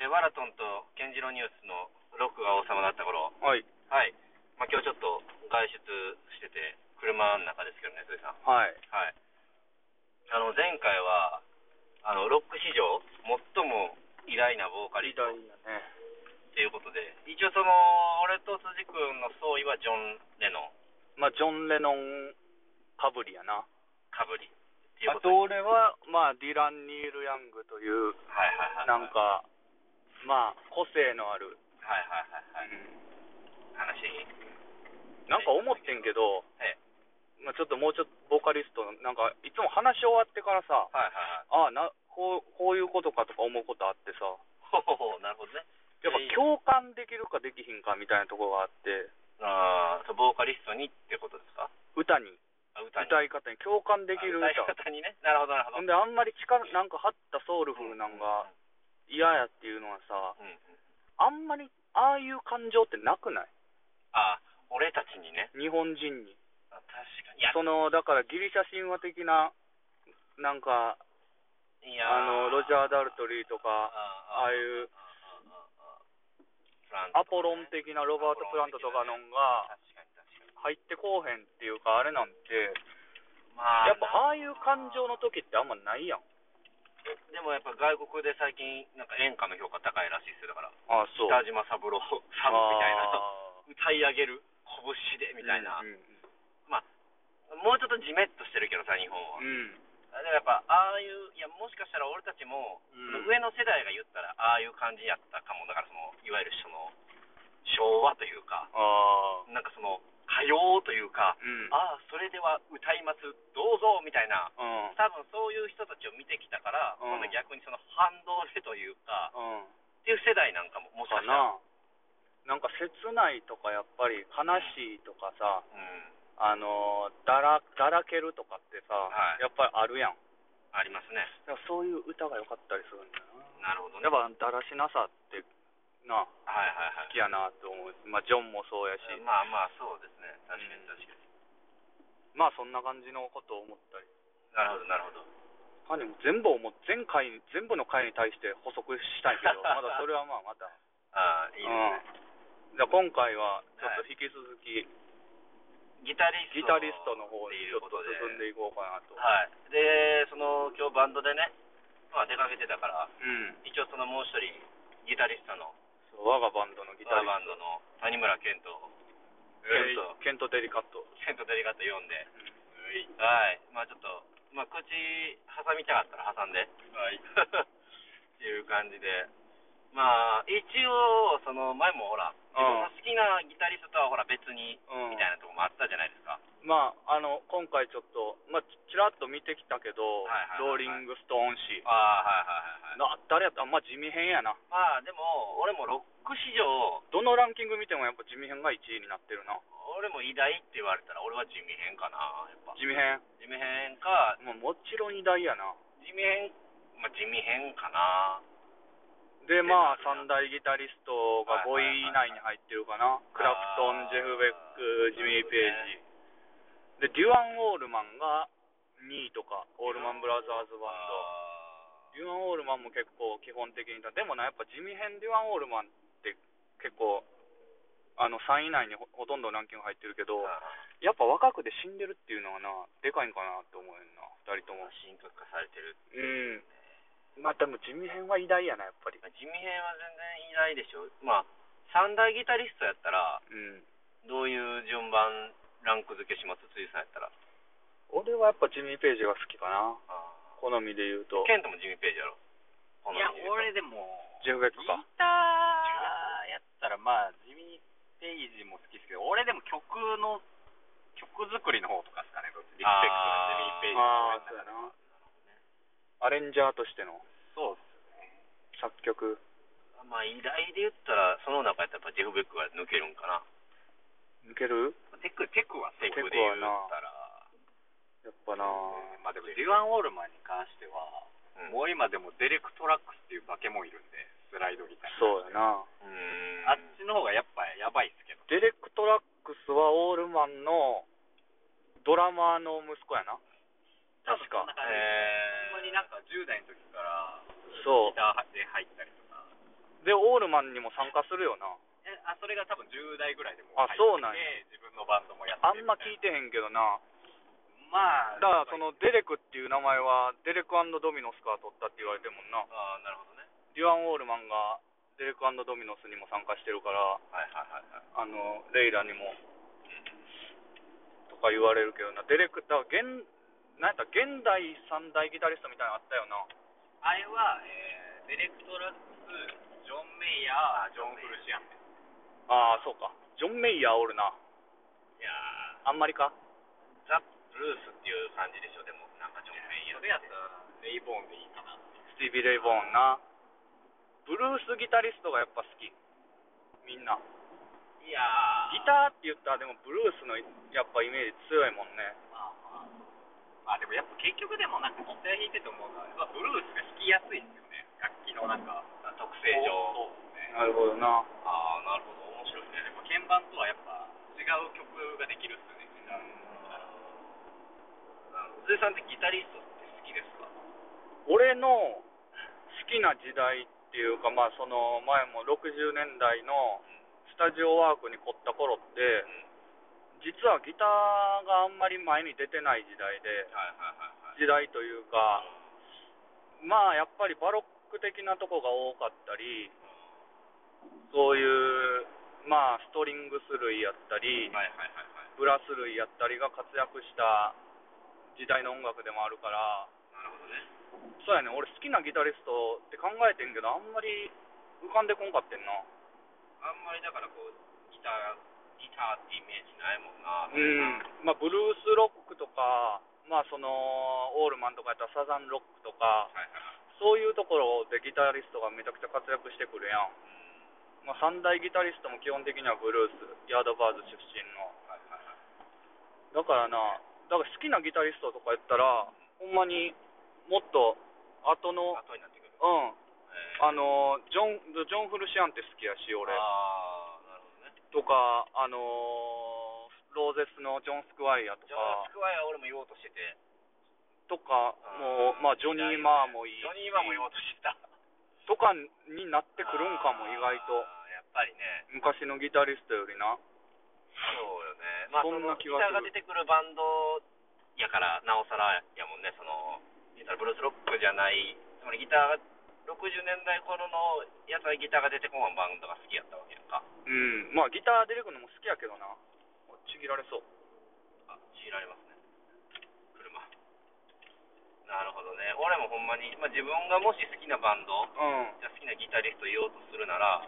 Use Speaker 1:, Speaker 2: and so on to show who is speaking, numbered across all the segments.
Speaker 1: えーワラトンとケンジロニウスのロックが王様だった頃、
Speaker 2: はい。
Speaker 1: はい。まあ、今日ちょっと外出してて、車の中ですけどね、鈴木さん。
Speaker 2: はい。
Speaker 1: はい。あの、前回は、あの、ロック史上、最も偉大なボーカリスト
Speaker 2: ね。
Speaker 1: っていうことで、一応その、俺と辻君の総意はジョン・レノン
Speaker 2: まあ、ジョン・レノンかぶりやな。
Speaker 1: かぶりっていうこ
Speaker 2: あ
Speaker 1: ととで。
Speaker 2: 俺は、まあ、ディラン・ニール・ヤングという、
Speaker 1: はいはいはい。
Speaker 2: なん。か、まあ、個性のある、
Speaker 1: はいはいはいはい。話に。
Speaker 2: なんか思ってんけど、
Speaker 1: ええ
Speaker 2: まあ、ちょっともうちょっと、ボーカリスト、なんか、いつも話し終わってからさ、
Speaker 1: はいはいはい。
Speaker 2: ああ、な、こう、こういうことかとか思うことあってさ、
Speaker 1: ほうほうほう、なるほどね。
Speaker 2: やっぱ共感できるかできひんかみたいなところがあって、
Speaker 1: あーそうボーカリストにってことですか
Speaker 2: 歌に、
Speaker 1: あ歌に。
Speaker 2: 歌い方に共感できる
Speaker 1: あ
Speaker 2: 歌。
Speaker 1: 歌い方にね。なるほどなるほ
Speaker 2: ほん
Speaker 1: ど。
Speaker 2: で、あんまり力、なんか張ったソウルフルなんが嫌やっていうのはさ、
Speaker 1: うんうん。
Speaker 2: あんまり、ああいう感情ってなくない
Speaker 1: あ、俺たちにね。
Speaker 2: 日本人に。
Speaker 1: あ確かに。いや、
Speaker 2: その、だからギリシャ神話的な、なんか、
Speaker 1: いや
Speaker 2: あの、ロジャー・ダルト
Speaker 1: リ
Speaker 2: リーと
Speaker 1: あ
Speaker 2: か、ああ
Speaker 1: あ
Speaker 2: いう
Speaker 1: プラントとかね
Speaker 2: アポロン的なロバート・プラントとかのんが、
Speaker 1: 確かに確かに。
Speaker 2: 入ってこうへんっていうか、あれなんて、
Speaker 1: ま
Speaker 2: やっぱああいう感情の時ってあんまないやん。
Speaker 1: でもやっぱ外国で最近、なんか演歌の評価高いらしいですよ、だから。
Speaker 2: ああ、そう。
Speaker 1: 北島三郎さんみたいな。
Speaker 2: あー
Speaker 1: 歌い上げる、拳で、みたいな
Speaker 2: う。んうん
Speaker 1: もうちょっとジメッとしてるけどさ、日本は。でもやっぱ、ああいう、いや、もしかしたら俺たちも、
Speaker 2: うん。
Speaker 1: 上の世代が言ったらああいう感じやったかもだからそのいわゆるその昭和というか
Speaker 2: ああ。
Speaker 1: なんかその歌謡というか
Speaker 2: うん。
Speaker 1: ああそれでは歌いますどうぞみたいな
Speaker 2: うん。
Speaker 1: 多分そういう人たちを見てきたから、
Speaker 2: うん
Speaker 1: 今度逆にその反動でというかっ
Speaker 2: うん。
Speaker 1: ていう世代なんかももしか
Speaker 2: か
Speaker 1: したら、
Speaker 2: な。なんか切ないとかやっぱり悲しいとかさ、
Speaker 1: うん、
Speaker 2: あのーだら、だらけるとかってさ、
Speaker 1: はい
Speaker 2: やっぱりあるやん。
Speaker 1: ありますね
Speaker 2: だからそういう歌が良かったりするんだよ
Speaker 1: な
Speaker 2: な。
Speaker 1: るほどね
Speaker 2: やっぱだらしなさって、な、
Speaker 1: はいはいはい
Speaker 2: 好きやなと思う。まあ、ジョンもそうやし、
Speaker 1: まあまあそうですね確かに
Speaker 2: うん
Speaker 1: 確かに、
Speaker 2: まあそんな感じのことを思ったり。
Speaker 1: なるほどなるほど
Speaker 2: 他にも全部をもう全回に、全部の回に対して補足したいけ ど、まだそれはまあまた。
Speaker 1: ああいいで
Speaker 2: うん。じゃあ今回は、ちょっと引き続き、
Speaker 1: すねギタリスト
Speaker 2: ギタリストの方
Speaker 1: って
Speaker 2: に
Speaker 1: い
Speaker 2: ちょ
Speaker 1: う
Speaker 2: っ
Speaker 1: こととで
Speaker 2: 進んでいこうかなと。
Speaker 1: はい、で、その今日バンドでね、まあ、出かけてたから、
Speaker 2: うん。
Speaker 1: 一応、そのもう一人、ギタリストの、
Speaker 2: そう我がバンドのギタ
Speaker 1: バ
Speaker 2: リス
Speaker 1: ンドの谷村健人、
Speaker 2: ト、ケントケント・デリカット。
Speaker 1: 健人デリカット読んで、はい、まあちょっと、まあ、口挟みたかったら挟んで、はい、 っていう感じで、まあ、一応、その前もほら、自分の好きなギタリストとはほら別に
Speaker 2: うん
Speaker 1: みたいなとこもあったじゃないですか。
Speaker 2: まあ、あの、今回ちょっと、まあ、ちちらっと見てきたけど、
Speaker 1: はいはいはいはい
Speaker 2: ローリング・ストーン誌。
Speaker 1: ああ、はいはいはいはい。
Speaker 2: な誰やったあんまあ地味編やな。
Speaker 1: まあ、でも、俺もロック史上、
Speaker 2: どのランキング見てもやっぱ地味編が1位になってるな。
Speaker 1: 俺も偉大って言われたら俺は地味編かなやっぱ
Speaker 2: 地味編。
Speaker 1: 地味編か
Speaker 2: まあ、もちろん偉大やな。
Speaker 1: 地味編まあ地味編かな
Speaker 2: で、まあ、三大ギタリストが5
Speaker 1: はい
Speaker 2: 位以
Speaker 1: はいはいはい
Speaker 2: 内に入ってるかな。クラプトン、ジェフ・ベック、ジミー・ペイジ。で、デュアン・オールマンが2位とか、オールマン・ブラザーズ・バンド。
Speaker 1: あ
Speaker 2: デュアン・オールマンも結構基本的にだ、でもな、やっぱ地味編デュアン・オールマンって結構、あの、3位以内にほほとんどランキング入ってるけど、やっぱ若くで死んでるっていうのはな、でかいんかなって思うよな、二人とも。
Speaker 1: 深刻化されてる
Speaker 2: うん。まあ、でも地味編は偉大やな、やっぱり。
Speaker 1: 地味編は全然偉大でしょまあ三大ギタリストやったら
Speaker 2: うん。
Speaker 1: どういう順番ランク付けします辻さんやったら
Speaker 2: 俺はやっぱジミー・ペイジが好きかな。好みで言うと。
Speaker 1: ケントも地味ページやろ
Speaker 3: いや、俺
Speaker 1: で
Speaker 3: でも、
Speaker 2: ジェフ・ベック
Speaker 3: ギ
Speaker 2: か。
Speaker 3: ターやったら、まあ、ジミー・ペイジも好きですけど、俺でも曲の、曲作りの方とかですかね、どっちリスペクト
Speaker 1: あ
Speaker 3: の
Speaker 1: ー
Speaker 3: ジミー・ペイジ
Speaker 2: ああ、そう
Speaker 3: と
Speaker 2: や
Speaker 3: かね
Speaker 2: な。アレンジャーとしての
Speaker 3: そうっ
Speaker 2: 作曲。
Speaker 1: まあ偉大で言ったらその中やったらやっぱジェフ・ベックが抜けるんかな
Speaker 2: 抜ける
Speaker 3: す。テク、テクはそう
Speaker 1: テ
Speaker 3: です
Speaker 1: クで言ったら
Speaker 2: やっぱな
Speaker 3: ね。まあでも、デュアン・オールマンに関しては、
Speaker 1: うん
Speaker 3: もう今でもデレク・トラックスっていう化け物いるんで、スライドギター。
Speaker 2: そうや
Speaker 1: う
Speaker 2: な。
Speaker 1: ん
Speaker 3: あっちの方がやっぱやばいっすけど。
Speaker 2: デレクトラックスはオールマンのドラマーの息子やな。確か
Speaker 3: 多分そんな感じですほんまになんか10代の時から、
Speaker 2: そ
Speaker 3: ギターで入ったりとか、
Speaker 2: さんにも参加するよな
Speaker 3: えあそれが多分10代ぐらいでも
Speaker 2: あそうなんや
Speaker 3: 自分のバンドもやって
Speaker 2: あんま聞
Speaker 3: み
Speaker 2: いてへんけどな
Speaker 3: たいなまあ
Speaker 2: だからそのデレクっていう名前はデレクドミノスから取ったって言われてるもんな
Speaker 1: ああ、なるほどね。
Speaker 2: デュアン・ウォールマンがデレクドミノスにも参加してるから
Speaker 1: はいはいはいはい。
Speaker 2: あのレイラにもとか言われるけどなデレクだから現なんやった現代三大ギタリストみたいなのあったよな
Speaker 3: あれは、えー、デレクトラックスジョン・メイヤージョン・フルシアンです
Speaker 2: ああそうかジョン・メイヤーおるない
Speaker 1: やー、
Speaker 2: あんまりか
Speaker 1: ザ・ブルースっていう感じでしょ、でも、なんかちょっと変や
Speaker 3: それやったらレイボーンでいいかな
Speaker 2: スティービー・レイボーンなブルースギタリストがやっぱ好きみんない
Speaker 3: や
Speaker 2: ギ
Speaker 3: ギター
Speaker 2: ターって言ったらでもブルースのやっぱイメージ強いもんね
Speaker 3: まあまあまあでもやっぱ結局でもなんかギター弾いてて思うのはやっぱブルースが弾きやすいんですよね楽器のなんか特性上
Speaker 1: そう
Speaker 3: です
Speaker 2: なるほど
Speaker 1: あ
Speaker 2: な
Speaker 1: あ、なるほど、面白いね。
Speaker 3: でも鍵盤とはやっぱ違う曲ができるっすよねギター
Speaker 1: 鈴井さんってギタリストって好きですか
Speaker 2: 俺の好きな時代っていうかまあその前も60年代のスタジオワークに凝った頃って実はギターがあんまり前に出てない時代で
Speaker 1: はいはいはいはい。
Speaker 2: 時代というかまあやっぱりバロック的なとこが多かったりそういうまあストリングス類やったり
Speaker 1: はいはいはいはい。
Speaker 2: ブラス類やったりが活躍した時代の音楽でもあるから
Speaker 1: なるほどね。
Speaker 2: そうやね俺好きなギタリストって考えてんけどあんまり浮かんでこんかってんな
Speaker 1: あんまりだからこう、ギター、ギターってイメージないもんな。
Speaker 2: うんまあブルースロックとかまあそのオールマンとかやったらサザンロックと
Speaker 1: は
Speaker 2: か
Speaker 1: いはい。
Speaker 2: そういうところでギタリストがめちゃくちゃ活躍してくるやん、まあ、三大ギタリストも基本的にはブルースヤードバーズ出身の
Speaker 1: はいはいはい。
Speaker 2: だからなだから好きなギタリストとかやったらほんまにもっと後の
Speaker 1: 後になってくる。
Speaker 2: うん
Speaker 1: えー、
Speaker 2: あのジョンジョン・フルシアンって好きやし俺
Speaker 1: あー、なるほどね。
Speaker 2: とか、あのーローゼスのジョン・スクワイアと
Speaker 1: ジョン・ス、
Speaker 2: か
Speaker 1: クワイア俺も言おうとしてて。
Speaker 2: とか、もう、まあ、ジョニー・マーもいいし
Speaker 1: ジョニー・マーも言おうとしてた。
Speaker 2: とかになってくるんかも、意外と。
Speaker 1: あーやっぱりね。
Speaker 2: 昔のギタリストよりな。
Speaker 1: そうよね。まあ、
Speaker 2: そ
Speaker 1: そ
Speaker 2: ん
Speaker 1: の
Speaker 2: な
Speaker 1: ギ
Speaker 2: 気はす
Speaker 1: ターが
Speaker 2: る
Speaker 1: 出てくるバンドやから、なおさらやもんね、その、ギターブルースロックじゃない、つまりギターが、60年代頃のやつはギターが出てこんバンドが好きやったわけやんか。
Speaker 2: うん。まあ、ギター出てくるのも好きやけどな。ちぎられそう。
Speaker 1: あ、ちぎられますね。車。なるほどね。俺もほんまに、まあ、自分がもし好きなバンド、
Speaker 2: うん。うん。
Speaker 1: じゃあ好きなギタリスト言おうとするなら、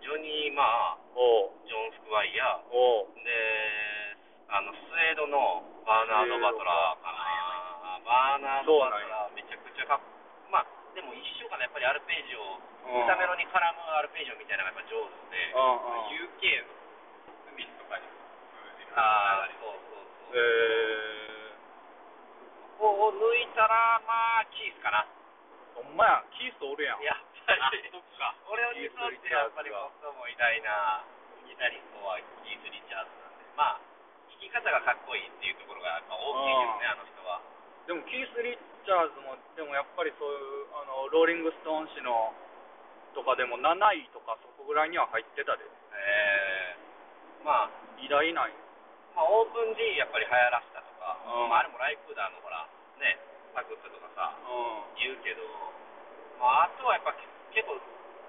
Speaker 1: ジョニー・マー、
Speaker 2: おう。
Speaker 1: ジョン・スクワイア、
Speaker 2: おう。
Speaker 1: で、あの、スウェードのバーナード・バトラーかな。バーナード・バトラー、めちゃくちゃかっまあ、でも一緒かな、やっぱりアルペジオ、
Speaker 2: うん。
Speaker 1: 歌メロに絡むアルペジオみたいなのがやっぱ上手で、
Speaker 3: UK のス
Speaker 2: うん。うん。
Speaker 3: ミスとかに通じる
Speaker 1: ああ、
Speaker 3: 流れ
Speaker 1: そうそうそう。
Speaker 2: え
Speaker 1: ここを抜いたら、まあ、キースかな。
Speaker 2: ー。ほんまや、キーストおるやん。
Speaker 1: やっぱり、
Speaker 3: あそっか
Speaker 1: 俺をにとってやっぱり最も偉大なギタリストはキース・リチャーズなんで、まあ、弾き方がかっこいいっていうところがやっぱ大きいですね、あの人は。
Speaker 2: でもキース・リッチャーズもでもやっぱりそういうあのローリング・ストーン氏のとかでも7位とかそこぐらいには入ってたで
Speaker 1: えー、まあ、
Speaker 2: 偉大なんよ
Speaker 1: まあ、オープン G やっぱり流行らせたとか、
Speaker 2: うん
Speaker 1: まあ、あれもライクーダーのほら、ね、パクったとかさ、
Speaker 2: う
Speaker 1: 言うけど、まあ、あとはやっぱ結構、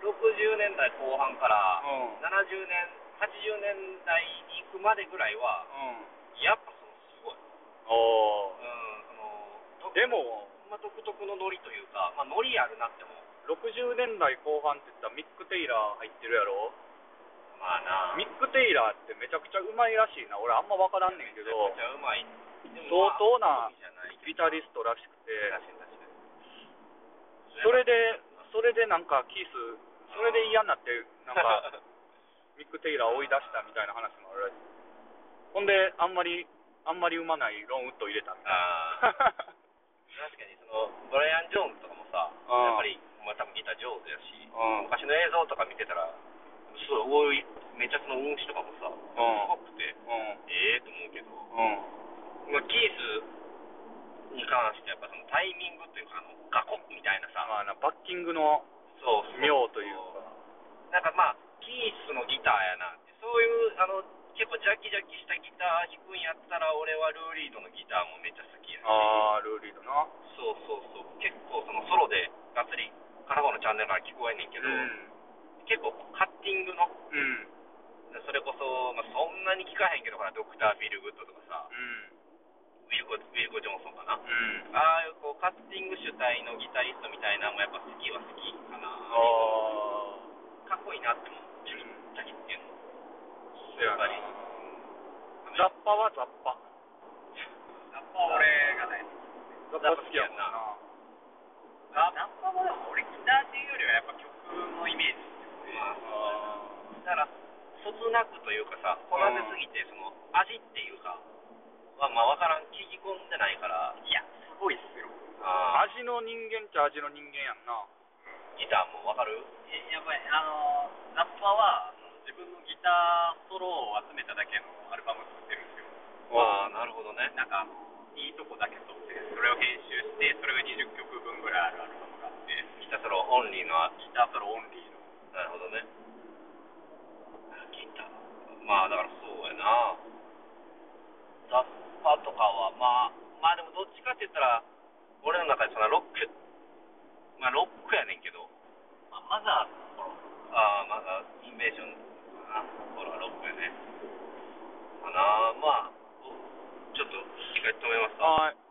Speaker 1: 60年代後半から
Speaker 2: んうん
Speaker 1: 70年、80年代に行くまでぐらいは、やっぱそのすごい、う
Speaker 2: お
Speaker 1: ん、そ
Speaker 2: ー
Speaker 1: の、
Speaker 2: で、も
Speaker 1: まあ、独特のノリというか、まあ、ノリあるなって思う。
Speaker 2: 60年代後半って言ったらミック・テイラー入ってるやろ
Speaker 1: まあな、
Speaker 2: ミック・テイラーってめちゃくちゃうまいらしいな俺あんま分からんねんけ
Speaker 1: めち
Speaker 2: ど
Speaker 1: ゃくちゃうまい。で
Speaker 2: 相当
Speaker 1: 好
Speaker 2: な
Speaker 1: みじゃないけ
Speaker 2: ギ
Speaker 1: ど
Speaker 2: タリストらしくて
Speaker 1: 確かに確かに
Speaker 2: それでそれでなんかキースそれで嫌になってなんかミック・テイラーを追い出したみたいな話もあるらしいほんであんまりあんまり生まないロンウッド入れたみたい
Speaker 1: あー
Speaker 2: な
Speaker 1: 確かにそのブライアン・ジョーンズとかもさ、
Speaker 2: ん
Speaker 1: やっぱり、まあ、多分ギター上手やし、
Speaker 2: うん
Speaker 1: 昔の映像とか見てたら、すごい多い、めちゃその運指とかもさ、すごくて、
Speaker 2: う
Speaker 1: ええと思うけど、
Speaker 2: んう
Speaker 1: まあ、
Speaker 2: ん
Speaker 1: キースに関して、やっぱそのタイミングというか、あのガコッみたいなさ、
Speaker 2: まあなバッキングの
Speaker 1: そう、
Speaker 2: 妙というか
Speaker 1: なんなんかまあ、キースのギターやなって、そういう、あの、結構ジャキジャキしたギター弾くんやったら、俺はルーリードのギターもめっちゃ好きやし、
Speaker 2: ああ、ルーリーだな。
Speaker 1: そうそうそう、結構そのソロでがっつり片方のチャンネルから聞こえんねんけど、結構カッティングの、
Speaker 2: うん。う
Speaker 1: そ
Speaker 2: ん。
Speaker 1: れこそ、まあ、そんなに聞かへんけど、ほら、ドクター・ビル・グッドとかさ、ウィルコ・ウィルコジョンソンかな。
Speaker 2: うん。うん。
Speaker 1: ああいうこうカッティング主体のギタリストみたいなのもやっぱ好きは好きかな
Speaker 2: あ
Speaker 1: か
Speaker 2: あ。
Speaker 1: っこいいなって思うジャキジャキっていうの
Speaker 2: そや
Speaker 1: やっぱ
Speaker 2: な
Speaker 1: り
Speaker 2: 雑把は雑把。
Speaker 3: ラッパは俺がね、
Speaker 2: 雑
Speaker 1: 把好きやんな
Speaker 3: ラッパもでも俺ギターっていうよりはやっぱ曲のイメージ。
Speaker 1: まあだからそつなくというかさこなせすぎてその味っていうかはまあ分からん聞き込んでないから
Speaker 3: いや、すごいっすよ。
Speaker 1: あ
Speaker 2: 味の人間っちゃ味の人間やんな。
Speaker 1: ギターも分かる
Speaker 3: えやっぱり、あのー、ラッパは自分のギターソロを集めただけのアルバムを作ってるんですよ。
Speaker 1: ああなるほどね
Speaker 3: なんかあのいいとこだけ撮って、それを編集して、それが20曲分ぐらいあるアルバムがあって、
Speaker 1: ギターソロオンリーの
Speaker 3: ギターソロオンリーの。
Speaker 1: なるほどねギターまあだからそうやな雑把とかはまあまあでもどっちかって言ったら俺の中でそのロックまあロックやねんけど
Speaker 3: まあ、マザーズの頃、
Speaker 1: ああ、まだインベーションかな、ほら、ロックやね。かな、まあ、おちょっと、一回止めますか。
Speaker 2: はい。